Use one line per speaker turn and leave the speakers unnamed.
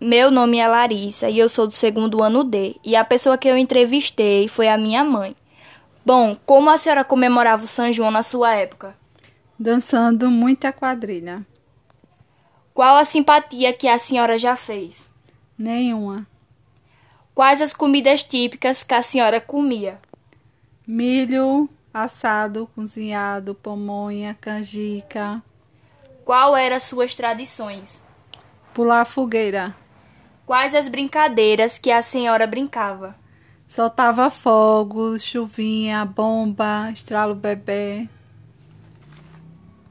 Meu nome é Larissa e eu sou do segundo ano D, e a pessoa que eu entrevistei foi a minha mãe. Bom, como a senhora comemorava o São João na sua época?
Dançando muita quadrilha.
Qual a simpatia que a senhora já fez?
Nenhuma.
Quais as comidas típicas que a senhora comia?
Milho assado, cozinhado, pamonha, canjica.
Qual eram suas tradições?
Pular fogueira.
Quais as brincadeiras que a senhora brincava?
Soltava fogo, chuvinha, bomba, estralo bebê.